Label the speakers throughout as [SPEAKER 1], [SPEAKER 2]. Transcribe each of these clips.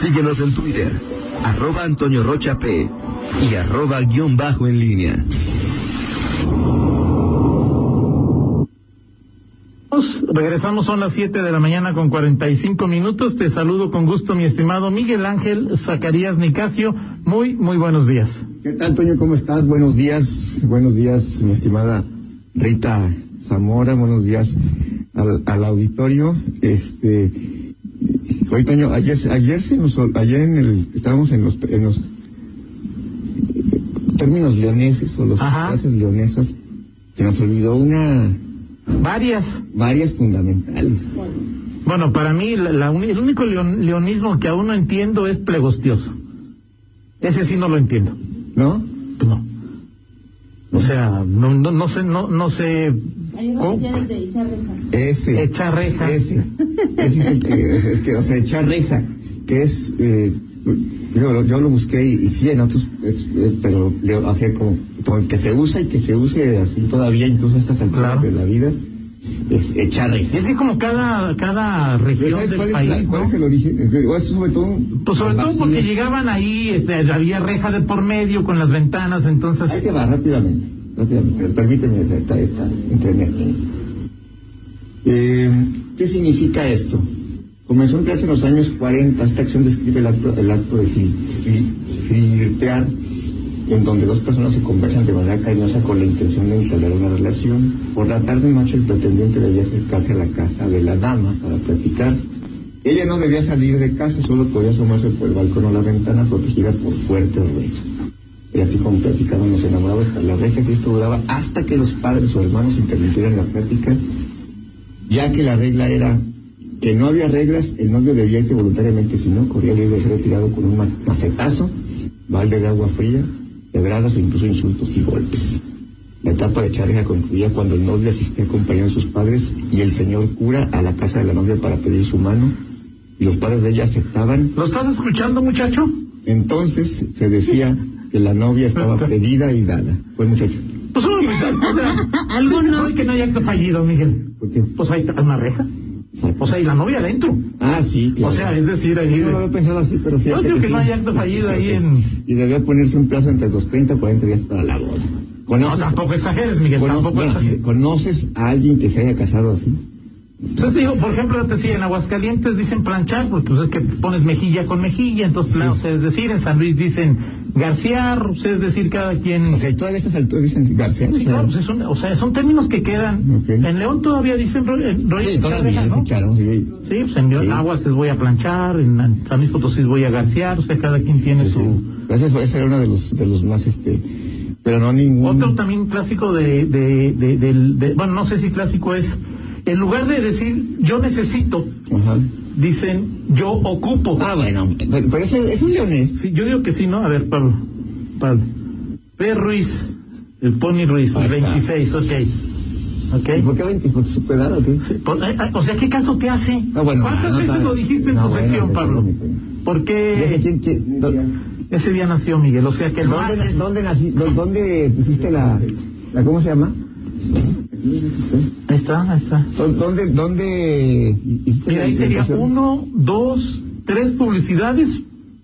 [SPEAKER 1] Síguenos en Twitter, arroba Antonio Rocha P y arroba guión bajo en línea.
[SPEAKER 2] Regresamos, son las 7 de la mañana con 45 minutos. Te saludo con gusto, mi estimado Miguel Ángel Zacarías Nicasio. Muy, muy buenos días.
[SPEAKER 3] ¿Qué tal, Toño? ¿Cómo estás? Buenos días. Buenos días, mi estimada Rita Zamora. Buenos días al, al auditorio. Este, hoy, Toño, ayer, ayer, se nos, ayer en el, estábamos en los, en los términos leoneses o las frases leonesas. Se nos olvidó una
[SPEAKER 2] Varias.
[SPEAKER 3] Varias fundamentales.
[SPEAKER 2] Bueno, para mí la, la, el único leon, leonismo que aún no entiendo es plegostioso. Ese sí no lo entiendo.
[SPEAKER 3] ¿No?
[SPEAKER 2] No. O sea, no, no, no sé, no, no sé.
[SPEAKER 4] Hay uno que de echar reja.
[SPEAKER 3] Ese.
[SPEAKER 2] Echar reja.
[SPEAKER 3] Ese. Ese es el que, el que, o sea, echar reja, que es, eh, yo, yo, lo busqué y, y sí en otros, es, eh, pero leo, o sea, como, como, que se usa y que se use así todavía, incluso a estas alturas
[SPEAKER 2] Claro.
[SPEAKER 3] de la vida, es echar
[SPEAKER 2] Y
[SPEAKER 3] reja.
[SPEAKER 2] es que como cada, cada
[SPEAKER 3] Pero
[SPEAKER 2] región
[SPEAKER 3] ¿Sabes
[SPEAKER 2] del
[SPEAKER 3] cuál, es, la-
[SPEAKER 2] país,
[SPEAKER 3] cuál
[SPEAKER 2] ¿no?
[SPEAKER 3] es el origen? Eh, o Eso sobre todo. un-
[SPEAKER 2] Pues sobre todo
[SPEAKER 3] vacío.
[SPEAKER 2] porque llegaban ahí, este, había reja de por medio con las ventanas, entonces...
[SPEAKER 3] Ahí te va, rápidamente, rápidamente, pero permíteme esta, esta internet. Eh, ¿Qué significa esto? Comenzó en clase en los años 40, esta acción describe el acto, el acto de fil- fil- flirtear, en donde dos personas se conversan de manera cariñosa con la intención de instalar una relación. Por la tarde noche el pretendiente debía acercarse a la casa de la dama para platicar. Ella no debía salir de casa, solo podía asomarse por el balcón o la ventana protegida por fuertes rejas. Y así como platicaban los enamorados tras las rejas, y esto duraba hasta que los padres o hermanos interrumpieran la plática, ya que la regla era que no había reglas, el novio debía irse voluntariamente, si no, corría libre de ser retirado con un ma- macetazo, balde de agua fría, pedradas o incluso insultos y golpes. La etapa de charla concluía cuando el novio asistía acompañado de sus padres y el señor cura a la casa de la novia para pedir su mano, y los padres de ella aceptaban
[SPEAKER 2] ¿Lo estás escuchando, muchacho?
[SPEAKER 3] entonces se decía que la novia estaba pedida y dada. Pues muchacho,
[SPEAKER 2] Pues uno, o sea,
[SPEAKER 4] Algo no.
[SPEAKER 2] hoy que no hay acto fallido, Miguel.
[SPEAKER 3] ¿por qué?
[SPEAKER 2] Pues hay una reja.
[SPEAKER 3] Exacto.
[SPEAKER 2] O sea, y la novia adentro.
[SPEAKER 3] Ah, sí, claro.
[SPEAKER 2] O sea, es decir, ahí-
[SPEAKER 3] Sí, no lo había pensado así, pero sí.
[SPEAKER 2] Yo digo que no hay acto fallido ahí en-
[SPEAKER 3] Y debía ponerse un plazo entre los 30 y 40 días para la boda.
[SPEAKER 2] No, tampoco exageres, Miguel,
[SPEAKER 3] cono-
[SPEAKER 2] tampoco
[SPEAKER 3] pues, bueno,
[SPEAKER 2] exageres.
[SPEAKER 3] si ¿Conoces a alguien que se haya casado así?
[SPEAKER 2] Entonces Pues digo, por ejemplo, te decía, en Aguascalientes dicen planchar, porque pues es que pones mejilla con mejilla, entonces, claro, ustedes decir, en San Luis dicen garciar, ustedes decir cada quien...
[SPEAKER 3] O sea, y todavía a estas alturas dicen García.
[SPEAKER 2] Sí, claro, pues es un- o sea, son términos que quedan.
[SPEAKER 3] Ok.
[SPEAKER 2] En León todavía dicen ro- eh, rollo
[SPEAKER 3] Sí,
[SPEAKER 2] de
[SPEAKER 3] todavía,
[SPEAKER 2] charreja,
[SPEAKER 3] sí,
[SPEAKER 2] ¿no?
[SPEAKER 3] claro. sí.
[SPEAKER 2] Sí, pues en León,
[SPEAKER 3] Sí.
[SPEAKER 2] Aguas les voy a planchar, en en San Luis Potosí voy a garciar, o sea, cada quien tiene
[SPEAKER 3] Sí,
[SPEAKER 2] su...
[SPEAKER 3] sí. Ese, fue, ese era uno de los, de los más, este... Pero no ningún...
[SPEAKER 2] Otro también clásico de, de, de- del- de- bueno, no sé si clásico es, en lugar de decir yo necesito,
[SPEAKER 3] Ajá.
[SPEAKER 2] dicen yo ocupo.
[SPEAKER 3] Ah, bueno, pero, pero ese, ese es leonés.
[SPEAKER 2] Sí, yo digo que sí, ¿no? A ver, Pablo. Pablo. P. Ruiz, el Pony Ruiz, el
[SPEAKER 3] Ahí está.
[SPEAKER 2] 26, ok.
[SPEAKER 3] ¿Y
[SPEAKER 2] Ok.
[SPEAKER 3] por qué 20? ¿Por su pedada o qué?
[SPEAKER 2] Sí, por- eh, eh, o sea, ¿qué caso te hace?
[SPEAKER 3] No, bueno,
[SPEAKER 2] ¿Cuántas
[SPEAKER 3] no, no,
[SPEAKER 2] veces
[SPEAKER 3] está-
[SPEAKER 2] lo dijiste en
[SPEAKER 3] no,
[SPEAKER 2] tu
[SPEAKER 3] bueno,
[SPEAKER 2] sección,
[SPEAKER 3] no,
[SPEAKER 2] Pablo?
[SPEAKER 3] no, no, no.
[SPEAKER 2] ¿Por
[SPEAKER 3] Desde
[SPEAKER 2] qué
[SPEAKER 3] quién- quién- do-
[SPEAKER 2] ese día nació Miguel? O sea, que el
[SPEAKER 3] ¿Dónde,
[SPEAKER 2] martes,
[SPEAKER 3] dónde, nací- do- dónde pusiste la, la... ¿Cómo se llama?
[SPEAKER 2] Ahí está, ahí está.
[SPEAKER 3] ¿Dó- ¿Dónde, dónde hiciste
[SPEAKER 2] Mira,
[SPEAKER 3] la
[SPEAKER 2] ahí sería
[SPEAKER 3] identificación?
[SPEAKER 2] uno, dos, tres publicidades,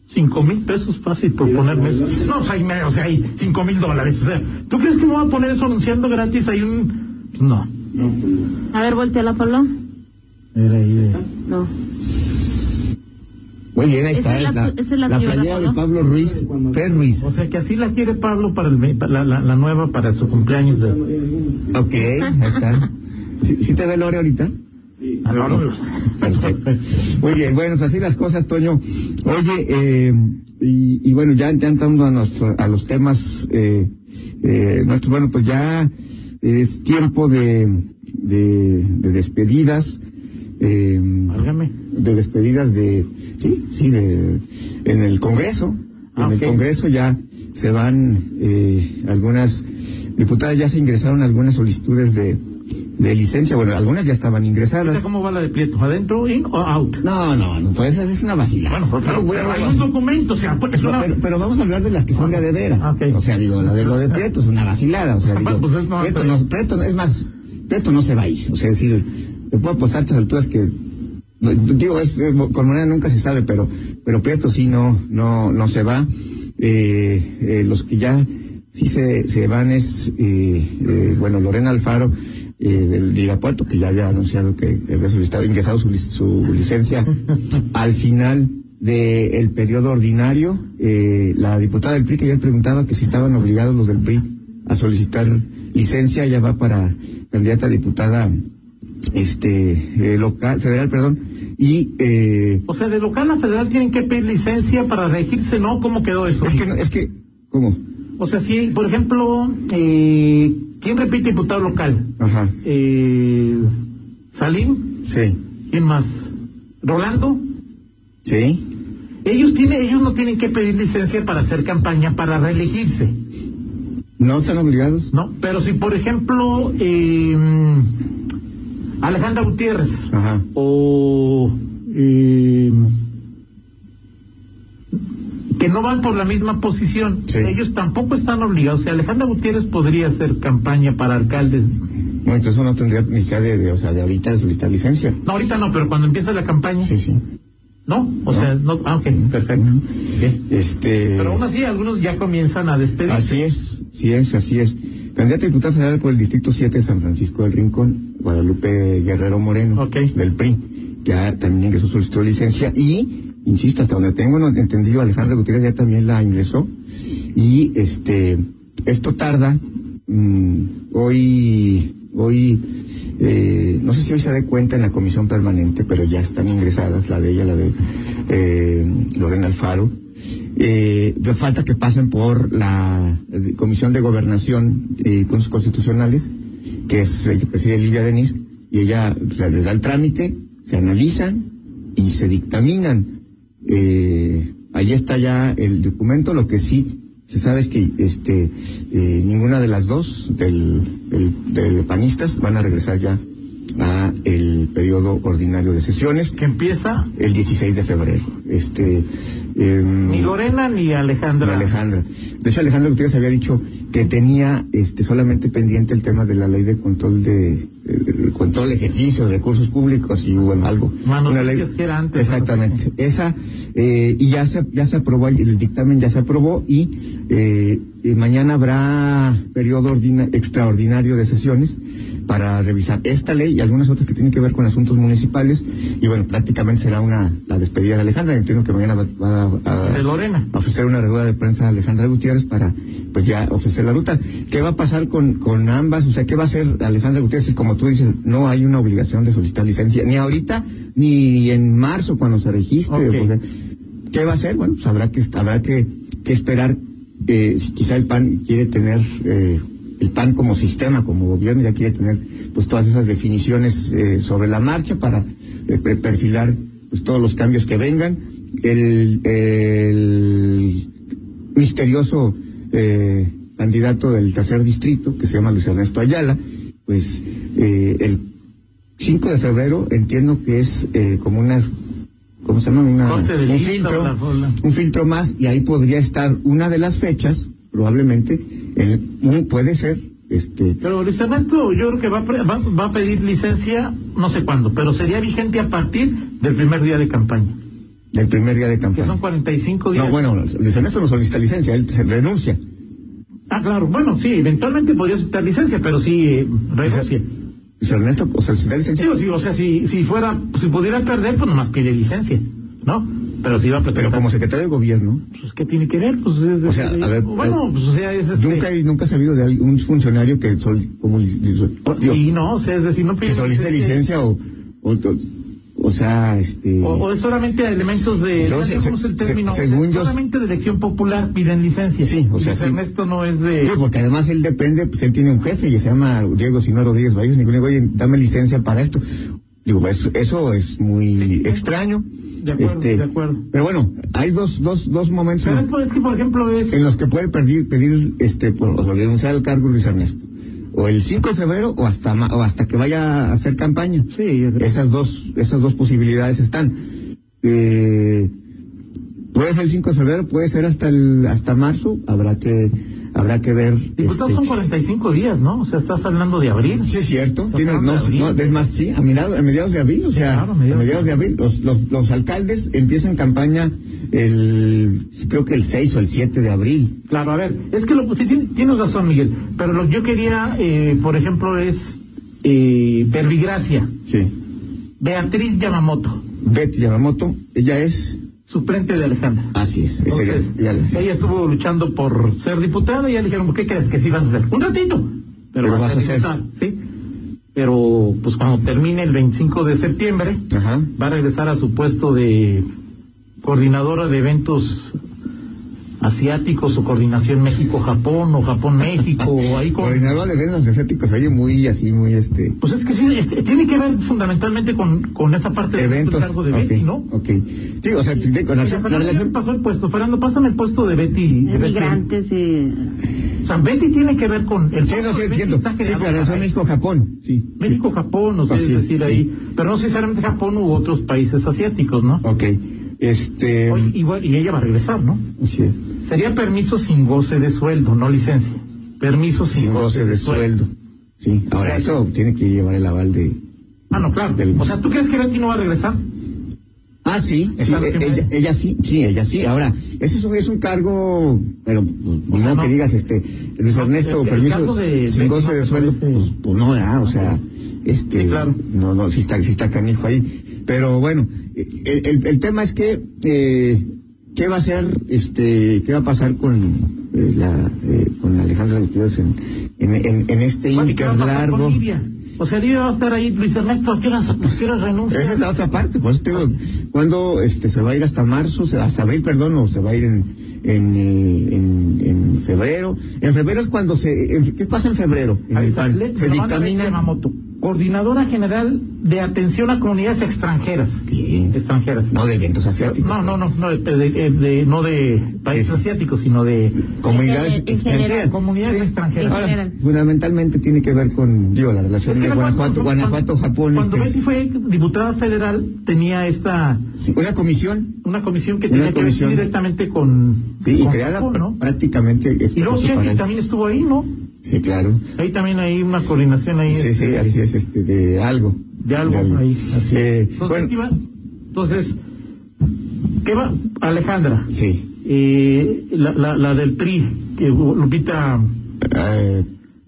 [SPEAKER 2] cinco mil pesos fácil por ponerme eso. No, o sea, ahí me- o sea, hay cinco mil dólares. O sea, ¿tú crees que me voy a poner eso anunciando gratis? Hay un... No.
[SPEAKER 4] A ver, voltea la Pablo. eh. No.
[SPEAKER 3] Muy bien, ahí
[SPEAKER 4] Esa
[SPEAKER 3] está.
[SPEAKER 4] es la-
[SPEAKER 3] la,
[SPEAKER 4] esa es la
[SPEAKER 3] la
[SPEAKER 4] señora,
[SPEAKER 3] playera de
[SPEAKER 4] ¿no?
[SPEAKER 3] Pablo Ruiz, P. Ruiz.
[SPEAKER 2] O sea, que así la quiere Pablo para el, me- la, la- la nueva para su cumpleaños de...
[SPEAKER 3] Ok, ahí está. ¿Sí, sí te ve Lore ahorita?
[SPEAKER 2] a la-
[SPEAKER 3] Perfecto. Muy bien, bueno, pues así las cosas, Toño. Oye, eh, y, y bueno, ya, ya entramos a, nuestro- a los temas eh, eh, nuestros. Bueno, pues ya es tiempo de, de, de despedidas. eh,
[SPEAKER 2] Válgame.
[SPEAKER 3] de despedidas de sí sí de en el Congreso
[SPEAKER 2] Ah, ok.
[SPEAKER 3] en el Congreso ya se van eh, algunas diputadas ya se ingresaron algunas solicitudes de, de licencia bueno algunas ya estaban ingresadas
[SPEAKER 2] Mira ¿Cómo va la de Prieto? ¿Adentro, in o out?
[SPEAKER 3] no, no, no, pues es una vacilada.
[SPEAKER 2] Bueno, pero,
[SPEAKER 3] Pero bueno,
[SPEAKER 2] pero hay
[SPEAKER 3] bueno.
[SPEAKER 2] un documento, o sea, pues, es
[SPEAKER 3] No,
[SPEAKER 2] una...
[SPEAKER 3] pero, pero vamos a hablar de las que son de a de veras.
[SPEAKER 2] Ah, ok.
[SPEAKER 3] O sea, digo, la de lo de Prieto es una vacilada. O sea,
[SPEAKER 2] Ah,
[SPEAKER 3] digo,
[SPEAKER 2] pues es no-
[SPEAKER 3] Prieto no, Prieto no- es más, Prieto no se va a ir. O sea, es decir, te puedo apostar a estas alturas que no, digo, es, con Morena nunca se sabe, pero, pero Prieto sí no, no, no se va. Eh, eh, los que ya sí se, se van es, eh, bueno, Lorena Alfaro eh, del Irapuato, que ya había anunciado que había solicitado, ingresado su, su licencia al final del de periodo ordinario. Eh, la diputada del PRI que ya preguntaba que si estaban obligados los del PRI a solicitar licencia, ya va para candidata a diputada este eh, local federal perdón y eh,
[SPEAKER 2] o sea de local a federal tienen que pedir licencia para regirse no cómo quedó eso
[SPEAKER 3] es que no, es que cómo
[SPEAKER 2] o sea si por ejemplo eh, quién repite diputado local
[SPEAKER 3] ajá
[SPEAKER 2] eh, Salim
[SPEAKER 3] sí
[SPEAKER 2] quién más Rolando
[SPEAKER 3] sí
[SPEAKER 2] ellos tienen ellos no tienen que pedir licencia para hacer campaña para reelegirse
[SPEAKER 3] no están obligados
[SPEAKER 2] no pero si por ejemplo eh, Alejandra Gutiérrez
[SPEAKER 3] Ajá.
[SPEAKER 2] o eh, que no van por la misma posición,
[SPEAKER 3] Sí.
[SPEAKER 2] ellos tampoco están obligados. O sea, Alejandra Gutiérrez podría hacer campaña para alcaldes.
[SPEAKER 3] no entonces uno tendría necesidad de, de, o sea de ahorita de solicitar licencia
[SPEAKER 2] No, ahorita no, pero cuando empieza la campaña,
[SPEAKER 3] sí sí
[SPEAKER 2] ¿no? O sea, no, ah, ok, perfecto. Ok.
[SPEAKER 3] este
[SPEAKER 2] Pero aún así, algunos ya comienzan a despedir.
[SPEAKER 3] Así es, sí es, así es. Candidata a diputada federal por el Distrito 7 de San Francisco del Rincón, Guadalupe Guerrero Moreno,
[SPEAKER 2] Ok.
[SPEAKER 3] del PRI. Ya también ingresó solicitó licencia y, insisto, hasta donde tengo no- entendido, Alejandra Gutiérrez ya también la ingresó. Y este, esto tarda, mm, hoy, hoy, eh, no sé si hoy se dé cuenta en la comisión permanente, pero ya están ingresadas, la de ella, la de eh, Lorena Alfaro, eh, ya falta que pasen por la eh, Comisión de Gobernación y Puntos Constitucionales, que es eh, que preside Livia Denis, y ella o sea, les da el trámite, se analizan y se dictaminan. Eh, ahí está ya el documento, lo que sí se sabe es que este, eh, ninguna de las dos del, del- del panistas van a regresar ya a el periodo ordinario de sesiones
[SPEAKER 2] Que empieza
[SPEAKER 3] el 16 de febrero. Este, em,
[SPEAKER 2] ni Lorena ni Alejandra.
[SPEAKER 3] Alejandra. De hecho, Alejandra Gutiérrez había dicho que tenía este, solamente pendiente el tema de la ley de control de eh, el control de ejercicio de recursos públicos y bueno, algo.
[SPEAKER 2] Manos
[SPEAKER 3] Una
[SPEAKER 2] limpias que era antes,
[SPEAKER 3] Exactamente. Esa, eh, y ya se, ya se aprobó, ahí, el dictamen ya se aprobó y eh, eh, mañana habrá periodo ordina- extraordinario de sesiones para revisar esta ley y algunas otras que tienen que ver con asuntos municipales y bueno, prácticamente será una la despedida de Alejandra, entiendo que mañana va, va a,
[SPEAKER 2] De Lorena.
[SPEAKER 3] a ofrecer una rueda de prensa a Alejandra Gutiérrez para pues ya ofrecer la ruta. ¿Qué va a pasar con, con ambas? O sea, ¿qué va a hacer Alejandra Gutiérrez? Si como tú dices, no hay una obligación de solicitar licencia, ni ahorita, ni en marzo cuando se registre.
[SPEAKER 2] Ok.
[SPEAKER 3] O sea, pues, ¿Qué va a hacer? Bueno, pues habrá que, habrá que, que esperar eh, si quizá el PAN quiere tener, eh, el PAN como sistema, como gobierno, ya quiere tener pues todas esas definiciones eh, sobre la marcha para eh, pre- perfilar pues todos los cambios que vengan. El, el misterioso eh, candidato del tercer distrito, que se llama Luis Ernesto Ayala, pues eh, el 5 de febrero entiendo que es eh, como una ¿cómo se llama? Una-
[SPEAKER 2] Corte de
[SPEAKER 3] un
[SPEAKER 2] lista,
[SPEAKER 3] filtro
[SPEAKER 2] bla, bla, bla.
[SPEAKER 3] un filtro más y ahí podría estar una de las fechas probablemente el- un- puede ser este
[SPEAKER 2] Pero Luis Ernesto, yo creo que va a, pre- va- va a pedir licencia no sé cuándo, pero sería vigente a partir del primer día de campaña,
[SPEAKER 3] del primer día de
[SPEAKER 2] que son
[SPEAKER 3] campaña
[SPEAKER 2] 45 días.
[SPEAKER 3] no bueno Luis Ernesto no solicita licencia él se renuncia
[SPEAKER 2] Ah, claro, bueno, sí, eventualmente podría solicitar licencia, pero sí eh, renuncia.
[SPEAKER 3] Luis Ernesto o solicita licencia
[SPEAKER 2] Sí, o, sí, o sea, si, si fuera, si pudiera perder, pues nomás pide licencia, ¿no? Pero si va a presentar,
[SPEAKER 3] pero como secretario de gobierno
[SPEAKER 2] pues, ¿qué tiene que ver? Pues, es
[SPEAKER 3] O sea,
[SPEAKER 2] decir,
[SPEAKER 3] a ver,
[SPEAKER 2] bueno,
[SPEAKER 3] eh,
[SPEAKER 2] pues, o sea, es este...
[SPEAKER 3] nunca he- nunca he sabido de al- un funcionario que sol, como li- li- digo,
[SPEAKER 2] Oh, Sí, no, o sea, es decir, no
[SPEAKER 3] que
[SPEAKER 2] pide este,
[SPEAKER 3] solicite licencia o, o o- o sea este
[SPEAKER 2] O, o es solamente a elementos de.
[SPEAKER 3] Yo sé,
[SPEAKER 2] no sé cómo
[SPEAKER 3] se-
[SPEAKER 2] es el término,
[SPEAKER 3] se- según
[SPEAKER 2] es
[SPEAKER 3] yo-
[SPEAKER 2] Solamente de elección popular piden licencia.
[SPEAKER 3] Sí, o sea,
[SPEAKER 2] Luis
[SPEAKER 3] sí.
[SPEAKER 2] Ernesto no es de.
[SPEAKER 3] Sí, pues, porque además él depende, pues él tiene un jefe y se llama Diego Sino Rodríguez Valles. Y le digo, oye, dame licencia para esto. Digo, es- eso es muy extraño. Este,
[SPEAKER 2] De acuerdo, de acuerdo. Ah,
[SPEAKER 3] Pero bueno, hay dos, dos, dos momentos
[SPEAKER 2] Pero
[SPEAKER 3] en,
[SPEAKER 2] es por- es que, por ejemplo, es.
[SPEAKER 3] en los que puede pedir, pedir este, por, o sea, renunciar al cargo Luis Ernesto. O el 5 de febrero o hasta, ma- o hasta que vaya a hacer campaña.
[SPEAKER 2] Sí, yo creo.
[SPEAKER 3] Esas dos, esas dos posibilidades están. Eh, puede ser el 5 de febrero, puede ser hasta el, hasta marzo, habrá que habrá que ver.
[SPEAKER 2] Y pues
[SPEAKER 3] este,
[SPEAKER 2] son 45 días, ¿no? O sea, estás hablando de abril.
[SPEAKER 3] Sí, es cierto.
[SPEAKER 2] Estás
[SPEAKER 3] Tiene- no,
[SPEAKER 2] hablando de abril.
[SPEAKER 3] no, es más, sí, a mediados, a mediados de abril, o sea,
[SPEAKER 2] Claro,
[SPEAKER 3] a
[SPEAKER 2] a mediados
[SPEAKER 3] mediados,
[SPEAKER 2] de
[SPEAKER 3] de abril, los, los, los alcaldes empiezan campaña el, creo que el 6 o el 7 de abril.
[SPEAKER 2] Claro, a ver, es que lo, sí, tien- tienes razón, Miguel, pero lo que yo quería, eh, por ejemplo, es eh, Verbigracia,
[SPEAKER 3] Sí.
[SPEAKER 2] Beatriz Yamamoto,
[SPEAKER 3] Betty Yamamoto, ella es.
[SPEAKER 2] suplente de Alejandra.
[SPEAKER 3] Así es, es ella.
[SPEAKER 2] Entonces,
[SPEAKER 3] ella es.
[SPEAKER 2] ella estuvo luchando por ser diputada y ya le dijeron, ¿qué crees que sí vas a hacer? Un ratito, pero,
[SPEAKER 3] Pero
[SPEAKER 2] vas, a ser.
[SPEAKER 3] hacer.
[SPEAKER 2] diputada", sí. Pero pues cuando termine el 25 de septiembre,
[SPEAKER 3] Ajá.
[SPEAKER 2] va a regresar a su puesto de coordinadora de eventos asiáticos o coordinación México-Japón o Japón-México o ahí con...
[SPEAKER 3] Coordinador de eventos asiáticos, oye, muy así, muy este.
[SPEAKER 2] Pues es que sí, este, tiene que ver fundamentalmente con, con esa parte del
[SPEAKER 3] Eventos.
[SPEAKER 2] cargo Pues de Betty,
[SPEAKER 3] ok,
[SPEAKER 2] ¿no?
[SPEAKER 3] ok. Sí, o sea, de- con la,
[SPEAKER 2] Mira,
[SPEAKER 3] la
[SPEAKER 2] Fernando, ya
[SPEAKER 3] relación.
[SPEAKER 2] me pasó el puesto. Fernando, pásame el puesto de Betty. de Betty.
[SPEAKER 4] Migrantes y...
[SPEAKER 2] O sea, Betty tiene que ver con... El
[SPEAKER 3] Sí, no, sí,
[SPEAKER 2] Betty
[SPEAKER 3] entiendo.
[SPEAKER 2] está
[SPEAKER 3] Sí,
[SPEAKER 2] creado
[SPEAKER 3] pero
[SPEAKER 2] para
[SPEAKER 3] relación México-Japón. Sí.
[SPEAKER 2] México-Japón, o sea,
[SPEAKER 3] Así
[SPEAKER 2] es
[SPEAKER 3] es,
[SPEAKER 2] decir,
[SPEAKER 3] sí.
[SPEAKER 2] ahí... Pero no necesariamente Japón u otros países asiáticos, ¿no?
[SPEAKER 3] Ok. Este.
[SPEAKER 2] Oye, y, bueno, y ella va a regresar, ¿no?
[SPEAKER 3] sí,
[SPEAKER 2] Sería permiso sin goce de sueldo, no licencia. Permiso sin,
[SPEAKER 3] Sin goce de sueldo. Sí. Ahora, eso tiene que llevar el aval de.
[SPEAKER 2] Ah, no, claro.
[SPEAKER 3] Del-
[SPEAKER 2] O sea, ¿tú crees que Betty no va a regresar?
[SPEAKER 3] Ah, sí,
[SPEAKER 2] ¿Es
[SPEAKER 3] sí,
[SPEAKER 2] algo
[SPEAKER 3] e-
[SPEAKER 2] que no
[SPEAKER 3] ella, ella sí, sí, ella sí. Ahora, ese es un, es un cargo, pero pues, no,
[SPEAKER 2] Ah, no.
[SPEAKER 3] que digas, este, Luis
[SPEAKER 2] No,
[SPEAKER 3] Ernesto,
[SPEAKER 2] el- el cargo
[SPEAKER 3] permiso
[SPEAKER 2] de- de-
[SPEAKER 3] sin goce de
[SPEAKER 2] me
[SPEAKER 3] sueldo,
[SPEAKER 2] parece-
[SPEAKER 3] pues, pues no, ah, o sea, este,
[SPEAKER 2] Sí, claro.
[SPEAKER 3] no, no, sí está, sí está canijo ahí. Pero bueno, eh, el, el- el tema es que, eh, ¿qué va a ser, este, qué va a pasar con eh, la, eh, con Alejandra Gutiérrez en, en, en, en este
[SPEAKER 2] Bueno, ¿y qué va a
[SPEAKER 3] inter
[SPEAKER 2] pasar con
[SPEAKER 3] largo?
[SPEAKER 2] Livia? O sea, Livia va a estar ahí, Luis Ernesto, ¿a qué horas, a qué horas renuncia?
[SPEAKER 3] Esa es la otra parte, pues tengo, cuando este se va a ir hasta marzo, se, hasta abril, perdón, o se va a ir en, en, eh, en, en febrero. En febrero es cuando se, en- ¿qué pasa en febrero? En
[SPEAKER 2] Ahí
[SPEAKER 3] el
[SPEAKER 2] está,
[SPEAKER 3] PAN.
[SPEAKER 2] Leti
[SPEAKER 3] se
[SPEAKER 2] Yamamoto,
[SPEAKER 3] dictamina.
[SPEAKER 2] Yamamoto, coordinadora general de atención a comunidades extranjeras.
[SPEAKER 3] Sí.
[SPEAKER 2] Extranjeras.
[SPEAKER 3] No de eventos asiáticos.
[SPEAKER 2] No, no, no, no de, de- de- no de países
[SPEAKER 3] Sí, sí.
[SPEAKER 2] asiáticos, sino de
[SPEAKER 3] Comunidades
[SPEAKER 4] En general,
[SPEAKER 3] extranjeras.
[SPEAKER 2] comunidades extranjeras.
[SPEAKER 4] En
[SPEAKER 3] Ahora,
[SPEAKER 4] general.
[SPEAKER 3] fundamentalmente tiene que ver con, digo, la relación
[SPEAKER 2] Es que
[SPEAKER 3] de
[SPEAKER 2] era cuando-
[SPEAKER 3] Guanajuato, Guanajuato,
[SPEAKER 2] cuando-
[SPEAKER 3] Japón.
[SPEAKER 2] Cuando
[SPEAKER 3] este,
[SPEAKER 2] Betty fue diputada federal, tenía esta
[SPEAKER 3] sí, una comisión
[SPEAKER 2] una comisión que
[SPEAKER 3] Una
[SPEAKER 2] tenía
[SPEAKER 3] comisión.
[SPEAKER 2] que ver directamente con,
[SPEAKER 3] sí, y
[SPEAKER 2] con
[SPEAKER 3] creada
[SPEAKER 2] Japón, ¿no?
[SPEAKER 3] prácticamente. eh,
[SPEAKER 2] Y luego
[SPEAKER 3] para-
[SPEAKER 2] Chefi también estuvo ahí, ¿no?
[SPEAKER 3] Sí, claro.
[SPEAKER 2] Ahí también hay una coordinación ahí.
[SPEAKER 3] Sí, sí,
[SPEAKER 2] este,
[SPEAKER 3] así es, este, de algo.
[SPEAKER 2] de algo ahí. así.
[SPEAKER 3] Eh,
[SPEAKER 2] Entonces,
[SPEAKER 3] bueno,
[SPEAKER 2] ¿qué va? entonces, ¿qué va? Alejandra,
[SPEAKER 3] sí.
[SPEAKER 2] eh, la, la, la del PRI, que Lupita
[SPEAKER 3] Eh,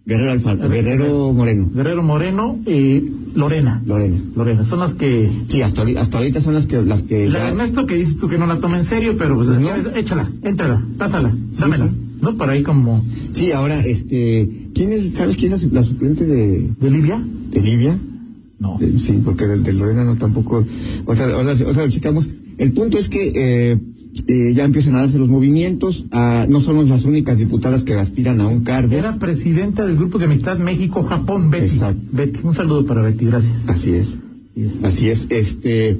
[SPEAKER 3] Guerrero Alfaro, Guerrero Moreno,
[SPEAKER 2] Guerrero Moreno, eh, Lorena.
[SPEAKER 3] Lorena.
[SPEAKER 2] Lorena, son las que...
[SPEAKER 3] Sí, hasta, ahori- hasta ahorita son las que las que
[SPEAKER 2] La de
[SPEAKER 3] ya-
[SPEAKER 2] Ernesto que dices tú que no la toma en serio, pero pues,
[SPEAKER 3] No.
[SPEAKER 2] es- échala, éntrala, pásala, dámela.
[SPEAKER 3] sí.
[SPEAKER 2] ¿No? Para ahí como...
[SPEAKER 3] Sí, ahora este, ¿quién es sabes quién es la, su- la suplente de,
[SPEAKER 2] ¿De Libia?
[SPEAKER 3] de Livia?
[SPEAKER 2] No.
[SPEAKER 3] Eh, Sí, porque del de Lorena no tampoco. Otra, otra, otra lo checamos. El punto es que eh, eh, ya empiezan a darse los movimientos. ah, no somos las únicas diputadas que aspiran a un cargo.
[SPEAKER 2] Era presidenta del Grupo de Amistad México-Japón, Betty.
[SPEAKER 3] Exacto.
[SPEAKER 2] Betty, un saludo para Betty, gracias.
[SPEAKER 3] Así es. Así es, este,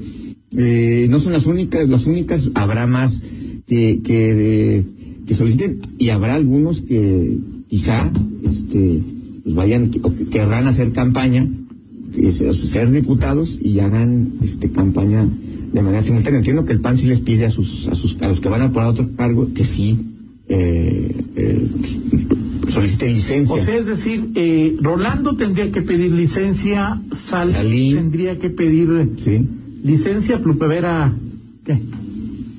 [SPEAKER 3] eh, no son las únicas, las únicas, habrá más que, que, eh, que soliciten y habrá algunos que quizá, este, pues vayan, o que querrán hacer campaña, que se- ser diputados y hagan, este, campaña de manera simultánea. Entiendo que el PAN sí les pide a sus, a sus, a los que van a por otro cargo que sí, eh, eh, pues soliciten licencia.
[SPEAKER 2] O sea, es decir, eh, Rolando tendría que pedir licencia, Sal
[SPEAKER 3] Salín.
[SPEAKER 2] tendría que pedir
[SPEAKER 3] sí.
[SPEAKER 2] licencia, Plupevera, ¿qué?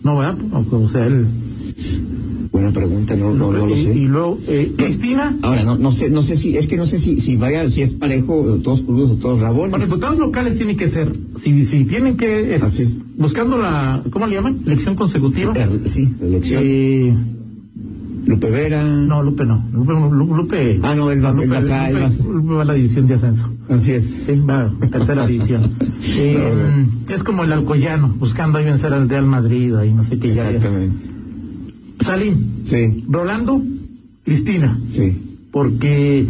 [SPEAKER 2] No, ¿verdad? O, o sea, él...
[SPEAKER 3] Buena pregunta, no, no, no lo
[SPEAKER 2] y,
[SPEAKER 3] sé.
[SPEAKER 2] y luego, eh, Cristina,
[SPEAKER 3] Ahora, no, no sé, no sé si, es que no sé si, si vaya, si es parejo, todos crudos o todos
[SPEAKER 2] los
[SPEAKER 3] rabones.
[SPEAKER 2] diputados locales tienen que ser, si, si tienen que... es-
[SPEAKER 3] Así es.
[SPEAKER 2] Buscando la, ¿cómo le llaman? Elección consecutiva.
[SPEAKER 3] Eh, Sí, la elección.
[SPEAKER 2] Eh,
[SPEAKER 3] Lupe Vera.
[SPEAKER 2] no, Lupe no. Lupe, Lu- Lupe
[SPEAKER 3] Ah, no, él va-
[SPEAKER 2] Lupe,
[SPEAKER 3] él va acá, él
[SPEAKER 2] Lupe- Lupe va a la división de ascenso.
[SPEAKER 3] Así es.
[SPEAKER 2] Sí, va, tercera división. Eh, es como el Alcoyano, buscando ahí vencer al Real Madrid, ahí no sé qué ya.
[SPEAKER 3] Exactamente.
[SPEAKER 2] Salim,
[SPEAKER 3] Sí,
[SPEAKER 2] Rolando, Cristina,
[SPEAKER 3] sí.
[SPEAKER 2] porque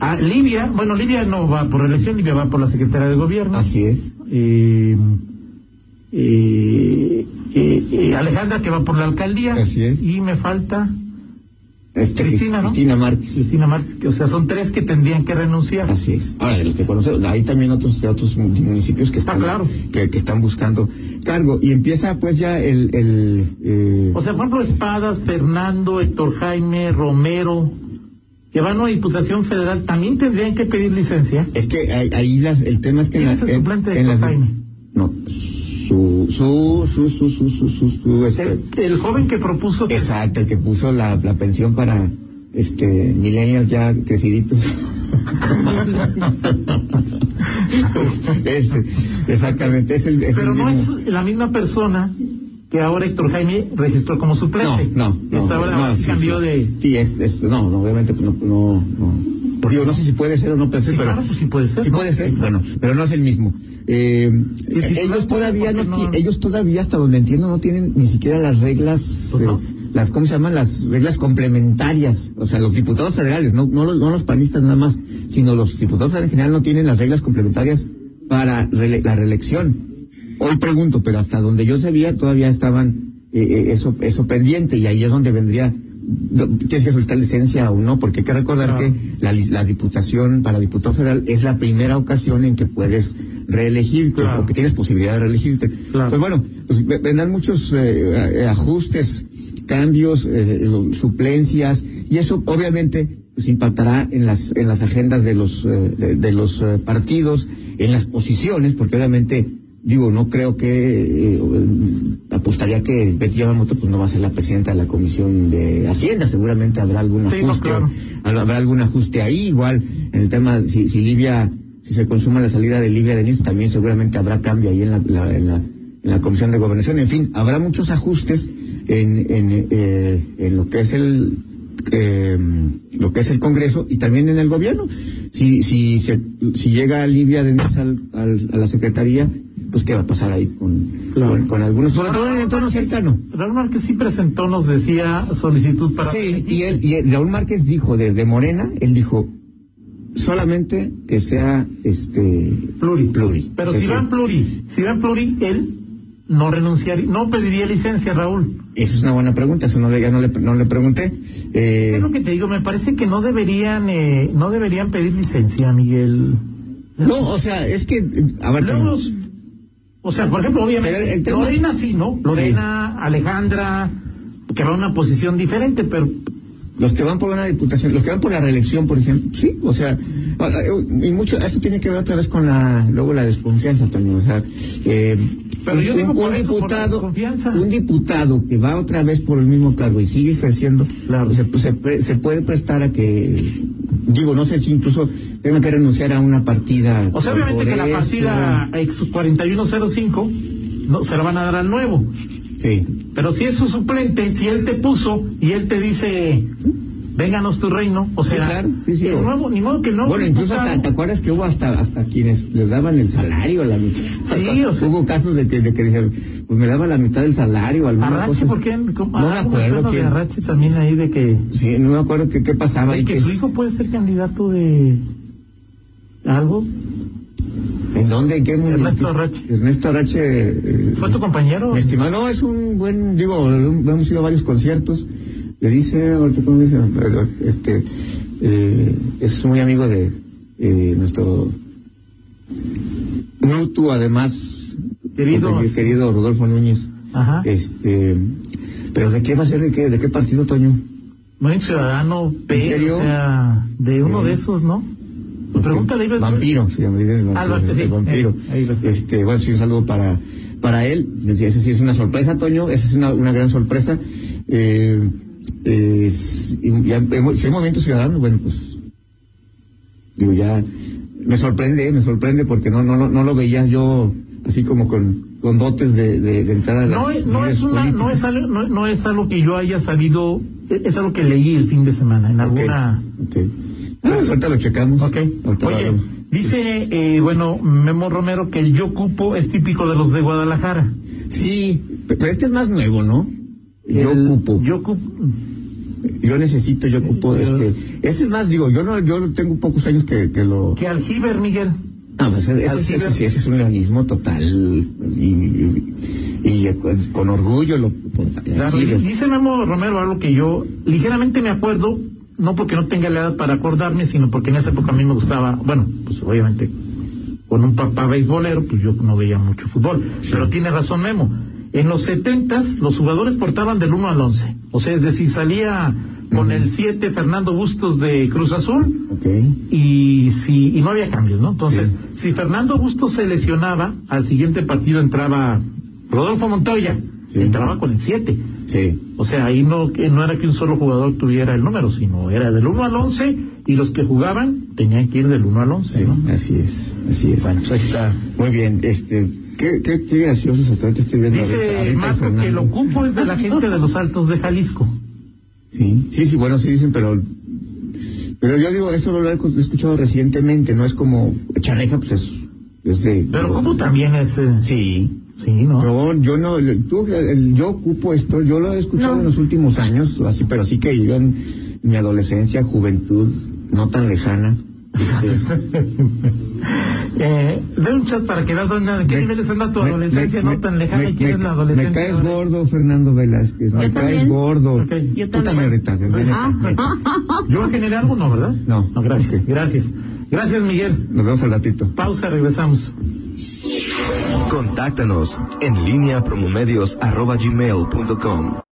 [SPEAKER 2] a Libia, bueno, Libia no va por elección, Libia va por la secretaria de gobierno.
[SPEAKER 3] Así es.
[SPEAKER 2] Eh, eh, eh, eh, Alejandra que va por la alcaldía.
[SPEAKER 3] Así es.
[SPEAKER 2] Y me falta
[SPEAKER 3] Este,
[SPEAKER 2] Cristina, ¿no?
[SPEAKER 3] Cristina Márquez.
[SPEAKER 2] Cristina Márquez, que, o sea, son tres que tendrían que renunciar.
[SPEAKER 3] Así es. Ahora, de los que conocemos, hay también otros, otros municipios que
[SPEAKER 2] Ah,
[SPEAKER 3] están,
[SPEAKER 2] claro.
[SPEAKER 3] que, que están buscando cargo. Y empieza pues ya el, el eh,
[SPEAKER 2] O sea, por ejemplo, Espadas, Fernando, Héctor Jaime, Romero, que van a una Diputación Federal, también tendrían que pedir licencia.
[SPEAKER 3] Es que ahí, ahí las, el tema es que en,
[SPEAKER 2] ¿Quién
[SPEAKER 3] la,
[SPEAKER 2] es el
[SPEAKER 3] en-
[SPEAKER 2] suplente de
[SPEAKER 3] en las-
[SPEAKER 2] Héctor Jaime?
[SPEAKER 3] No, su, su, su, su, su, su, su, su, este,
[SPEAKER 2] El, el joven que propuso...
[SPEAKER 3] exacto, el que puso la, la pensión para, este, millennials ya creciditos. Ese, exactamente, es el, es
[SPEAKER 2] Pero
[SPEAKER 3] el
[SPEAKER 2] no es
[SPEAKER 3] mismo.
[SPEAKER 2] la misma persona que ahora Héctor Jaime registró como
[SPEAKER 3] No,
[SPEAKER 2] suplente.
[SPEAKER 3] no, no,
[SPEAKER 2] Es ahora
[SPEAKER 3] no, sí,
[SPEAKER 2] cambió
[SPEAKER 3] sí.
[SPEAKER 2] de...
[SPEAKER 3] Sí, es, es, no, no, obviamente pues, no, no, no. Digo, no sé si puede ser o no puede ser,
[SPEAKER 2] Sí,
[SPEAKER 3] pero
[SPEAKER 2] claro, pues sí puede ser.
[SPEAKER 3] Sí
[SPEAKER 2] ¿no?
[SPEAKER 3] puede ser,
[SPEAKER 2] Sí, claro.
[SPEAKER 3] bueno, pero no es el mismo. Eh,
[SPEAKER 2] El titular
[SPEAKER 3] ellos todavía no,
[SPEAKER 2] porque
[SPEAKER 3] ti-
[SPEAKER 2] no-
[SPEAKER 3] ellos todavía hasta donde entiendo no tienen ni siquiera las reglas,
[SPEAKER 2] Pues
[SPEAKER 3] eh,
[SPEAKER 2] no.
[SPEAKER 3] las cómo se llaman las reglas complementarias, o sea los diputados federales, no no los, no los panistas nada más, sino los diputados federales en general no tienen las reglas complementarias para rele- la reelección. Hoy pregunto, pero hasta donde yo sabía todavía estaban eh, eh, eso eso pendiente y ahí es donde vendría do- tienes que solicitar licencia o no, porque hay que recordar
[SPEAKER 2] Claro.
[SPEAKER 3] que la, li- la diputación para diputado federal es la primera ocasión en que puedes reelegirte
[SPEAKER 2] Claro.
[SPEAKER 3] o que tienes posibilidad de reelegirte.
[SPEAKER 2] Claro.
[SPEAKER 3] Pues bueno, pues ve- vendrán muchos eh, eh, ajustes, cambios, eh, lo- suplencias y eso obviamente pues, impactará en las en las agendas de los eh, de, de los eh, partidos, en las posiciones, porque obviamente digo no creo que eh, apostaría que Betty Yamamoto pues no va a ser la presidenta de la comisión de Hacienda, seguramente habrá algún
[SPEAKER 2] Sí, no,
[SPEAKER 3] ajuste
[SPEAKER 2] claro.
[SPEAKER 3] Habrá habrá algún ajuste ahí, igual en el tema, si, si Libia, si se consuma la salida de Libia de Nice, también seguramente habrá cambio ahí en la, la- en la, en la Comisión de Gobernación. En fin, habrá muchos ajustes en, en, eh, en lo que es el eh, lo que es el Congreso y también en el gobierno. Si, si, se- si llega Libia de Nice al- al- a la Secretaría, pues qué va a pasar ahí con,
[SPEAKER 2] Claro.
[SPEAKER 3] con, con algunos, sobre todo en el entorno cercano.
[SPEAKER 2] Raúl Márquez sí presentó, nos decía, solicitud para...
[SPEAKER 3] Sí, y, él, y él- Raúl Márquez dijo de, de Morena, él dijo solamente que sea este
[SPEAKER 2] Pluri.
[SPEAKER 3] Pluri.
[SPEAKER 2] Pero
[SPEAKER 3] Sí,
[SPEAKER 2] si
[SPEAKER 3] sí.
[SPEAKER 2] van pluri, si van pluri, él no renunciaría, no pediría licencia, Raúl.
[SPEAKER 3] esa es una buena pregunta, eso no le, ya no le, no le pregunté. Eh,
[SPEAKER 2] Es lo que te digo, me parece que no deberían, eh, no deberían pedir licencia, Miguel.
[SPEAKER 3] no, o sea, es que eh, a ver,
[SPEAKER 2] Luego,
[SPEAKER 3] también-
[SPEAKER 2] o sea, por ejemplo,
[SPEAKER 3] Pero
[SPEAKER 2] obviamente,
[SPEAKER 3] el tema-
[SPEAKER 2] Lorena sí, ¿no? Lorena, Alejandra, que va a una posición diferente, pero
[SPEAKER 3] los que van por una diputación, los que van por la reelección, por ejemplo, sí, o sea, a- a- y mucho eso tiene que ver otra vez con la luego la desconfianza también, o sea, eh,
[SPEAKER 2] Pero yo
[SPEAKER 3] un,
[SPEAKER 2] digo
[SPEAKER 3] un-
[SPEAKER 2] por
[SPEAKER 3] un
[SPEAKER 2] eso, por
[SPEAKER 3] diputado,
[SPEAKER 2] desconfianza.
[SPEAKER 3] un diputado que va otra vez por el mismo cargo y sigue ejerciendo,
[SPEAKER 2] Claro.
[SPEAKER 3] se, pues, se pre- se puede prestar a que digo, no sé si incluso tenga que renunciar a una partida.
[SPEAKER 2] O sea, obviamente
[SPEAKER 3] por
[SPEAKER 2] que la
[SPEAKER 3] eso.
[SPEAKER 2] partida ex 4105 no, se la van a dar al nuevo.
[SPEAKER 3] Sí.
[SPEAKER 2] Pero si es su suplente, si él te puso y él te dice, vénganos tu reino, o
[SPEAKER 3] Sí,
[SPEAKER 2] sea,
[SPEAKER 3] claro, sí, sí.
[SPEAKER 2] el nuevo, ni modo que no. pues,
[SPEAKER 3] bueno, incluso hasta, ¿te acuerdas que hubo hasta, hasta quienes les daban el salario a la mitad?
[SPEAKER 2] Sí, o sea.
[SPEAKER 3] Hubo casos de que, de que dijeron, pues me daba la mitad del salario, alguna
[SPEAKER 2] Arrache,
[SPEAKER 3] cosa.
[SPEAKER 2] ¿por qué? ¿Cómo-
[SPEAKER 3] No me
[SPEAKER 2] ah, hubo
[SPEAKER 3] acuerdo
[SPEAKER 2] casos de
[SPEAKER 3] quién.
[SPEAKER 2] Arrache también ahí de que,
[SPEAKER 3] Sí, no me acuerdo qué qué pasaba.
[SPEAKER 2] de
[SPEAKER 3] y
[SPEAKER 2] que
[SPEAKER 3] qué-
[SPEAKER 2] su hijo puede ser candidato de algo.
[SPEAKER 3] ¿En dónde? ¿En qué municipio?
[SPEAKER 2] Arrache.
[SPEAKER 3] Ernesto Arrache. eh,
[SPEAKER 2] ¿Fue tu compañero?
[SPEAKER 3] Mi estimado, no, es un buen, digo, un- hemos ido a varios conciertos. Le dice, ahorita, ¿cómo dice? Este, eh, es muy amigo de eh, nuestro mutuo, además,
[SPEAKER 2] Querido.
[SPEAKER 3] compañero- querido Rodolfo Núñez.
[SPEAKER 2] Ajá.
[SPEAKER 3] Este, pero ¿de qué va a ser? ¿De qué, de qué partido, Toño?
[SPEAKER 2] Pues Movimiento Ciudadano, P,
[SPEAKER 3] serio?
[SPEAKER 2] o sea, de uno
[SPEAKER 3] Sí.
[SPEAKER 2] de esos, ¿no? Pregúntale ahí,
[SPEAKER 3] Vampiro, se llama, dice el
[SPEAKER 2] Ah,
[SPEAKER 3] vampiro.
[SPEAKER 2] lo- sí,
[SPEAKER 3] el vampiro.
[SPEAKER 2] eh, ahí lo sé.
[SPEAKER 3] este, bueno, sí, un saludo para, para él. Esa sí es una sorpresa, Toño. Esa es una, una gran sorpresa. Eh, eh, es- y ya, hemos- si hay movimiento ciudadano, bueno, pues. Digo, ya. Me sorprende, eh, me sorprende porque no, no, no, no lo veía yo así como con, con dotes de, de, de entrar a las
[SPEAKER 2] No es, no
[SPEAKER 3] redes
[SPEAKER 2] es una, no es
[SPEAKER 3] políticas.
[SPEAKER 2] algo, no, no es algo que yo haya sabido, e-, es algo que leí el fin de semana en
[SPEAKER 3] Ok,
[SPEAKER 2] alguna.
[SPEAKER 3] ok. Ah, pues ahorita lo checamos.
[SPEAKER 2] Ok.
[SPEAKER 3] Ahorita lo
[SPEAKER 2] Oye,
[SPEAKER 3] hablamos.
[SPEAKER 2] dice, eh, bueno, Memo Romero que el yo cupo es típico de los de Guadalajara.
[SPEAKER 3] Sí, pero este es más nuevo, ¿no? Yo
[SPEAKER 2] El
[SPEAKER 3] ocupo.
[SPEAKER 2] Yo cupo.
[SPEAKER 3] yo necesito, yo ocupo
[SPEAKER 2] Yo-
[SPEAKER 3] este. Ese es más, digo, yo no, yo tengo pocos años que, que lo.
[SPEAKER 2] Que Aljiber, Miguel.
[SPEAKER 3] No, pues ese,
[SPEAKER 2] Al
[SPEAKER 3] ese-
[SPEAKER 2] ciber-
[SPEAKER 3] ese sí, ese es un leonismo total y, y, y con- con orgullo lo portaría.
[SPEAKER 2] Claro,
[SPEAKER 3] Sí,
[SPEAKER 2] y
[SPEAKER 3] lo-
[SPEAKER 2] dice Memo Romero algo que yo ligeramente me acuerdo, no porque no tenga la edad para acordarme, sino porque en esa época a mí me gustaba, bueno, pues obviamente con un papá beisbolero, pues yo no veía mucho fútbol. Pero tiene razón Memo. En los 70 los jugadores portaban del 1 al 11. O sea, es decir, salía con el 7 Fernando Bustos de Cruz Azul
[SPEAKER 3] Okay.
[SPEAKER 2] y si y no había cambios, ¿no? Entonces,
[SPEAKER 3] Sí.
[SPEAKER 2] si Fernando Bustos se lesionaba, al siguiente partido entraba Rodolfo Montoya,
[SPEAKER 3] Sí.
[SPEAKER 2] entraba con el 7.
[SPEAKER 3] Sí.
[SPEAKER 2] O sea, ahí no, que no era que un solo jugador tuviera el número, sino era del 1 al 11 y los que jugaban tenían que ir del 1 al 11.
[SPEAKER 3] Sí,
[SPEAKER 2] ¿no?
[SPEAKER 3] así es, así es.
[SPEAKER 2] Bueno, pues ahí está.
[SPEAKER 3] Muy bien, este, qué, qué, qué graciosos atletas estoy viendo ahorita-
[SPEAKER 2] Dice
[SPEAKER 3] ahorita
[SPEAKER 2] Marco
[SPEAKER 3] Fernando.
[SPEAKER 2] que el ocupo es de la gente de los altos de Jalisco.
[SPEAKER 3] Sí, sí, sí, bueno, sí dicen, pero pero yo digo, esto lo he escu- escuchado recientemente, no es como Chaneja, pues es, es de...
[SPEAKER 2] Pero ocupo también es. eh,
[SPEAKER 3] Sí.
[SPEAKER 2] Sí, ¿no?
[SPEAKER 3] No, yo no, le- tú, el- yo ocupo esto, yo lo he escuchado
[SPEAKER 4] No.
[SPEAKER 3] en los últimos años, así, pero sí que yo en mi adolescencia, juventud, no tan lejana. este,
[SPEAKER 2] Eh, de un chat para que veas dónde, ¿en qué
[SPEAKER 3] me-
[SPEAKER 2] niveles anda tu
[SPEAKER 3] me-
[SPEAKER 2] adolescencia
[SPEAKER 3] me-
[SPEAKER 2] no tan lejana
[SPEAKER 3] me-
[SPEAKER 2] y quién
[SPEAKER 3] me-
[SPEAKER 2] es la adolescencia.
[SPEAKER 3] Me caes
[SPEAKER 2] ahora?
[SPEAKER 3] gordo, Fernando Velázquez, me caes
[SPEAKER 4] Yo también.
[SPEAKER 3] gordo.
[SPEAKER 2] Ok.
[SPEAKER 4] Yo
[SPEAKER 3] Tú también
[SPEAKER 4] también. Ah.
[SPEAKER 3] ahorita, ven, ven acá, ven acá.
[SPEAKER 2] Yo en general algo no, ¿verdad?
[SPEAKER 3] No.
[SPEAKER 2] gracias.
[SPEAKER 3] Ok.
[SPEAKER 2] Gracias. Gracias, Miguel.
[SPEAKER 3] Nos vemos al ratito.
[SPEAKER 2] Pausa, regresamos.
[SPEAKER 1] Contáctanos en línea promomedios arroba gmail punto com.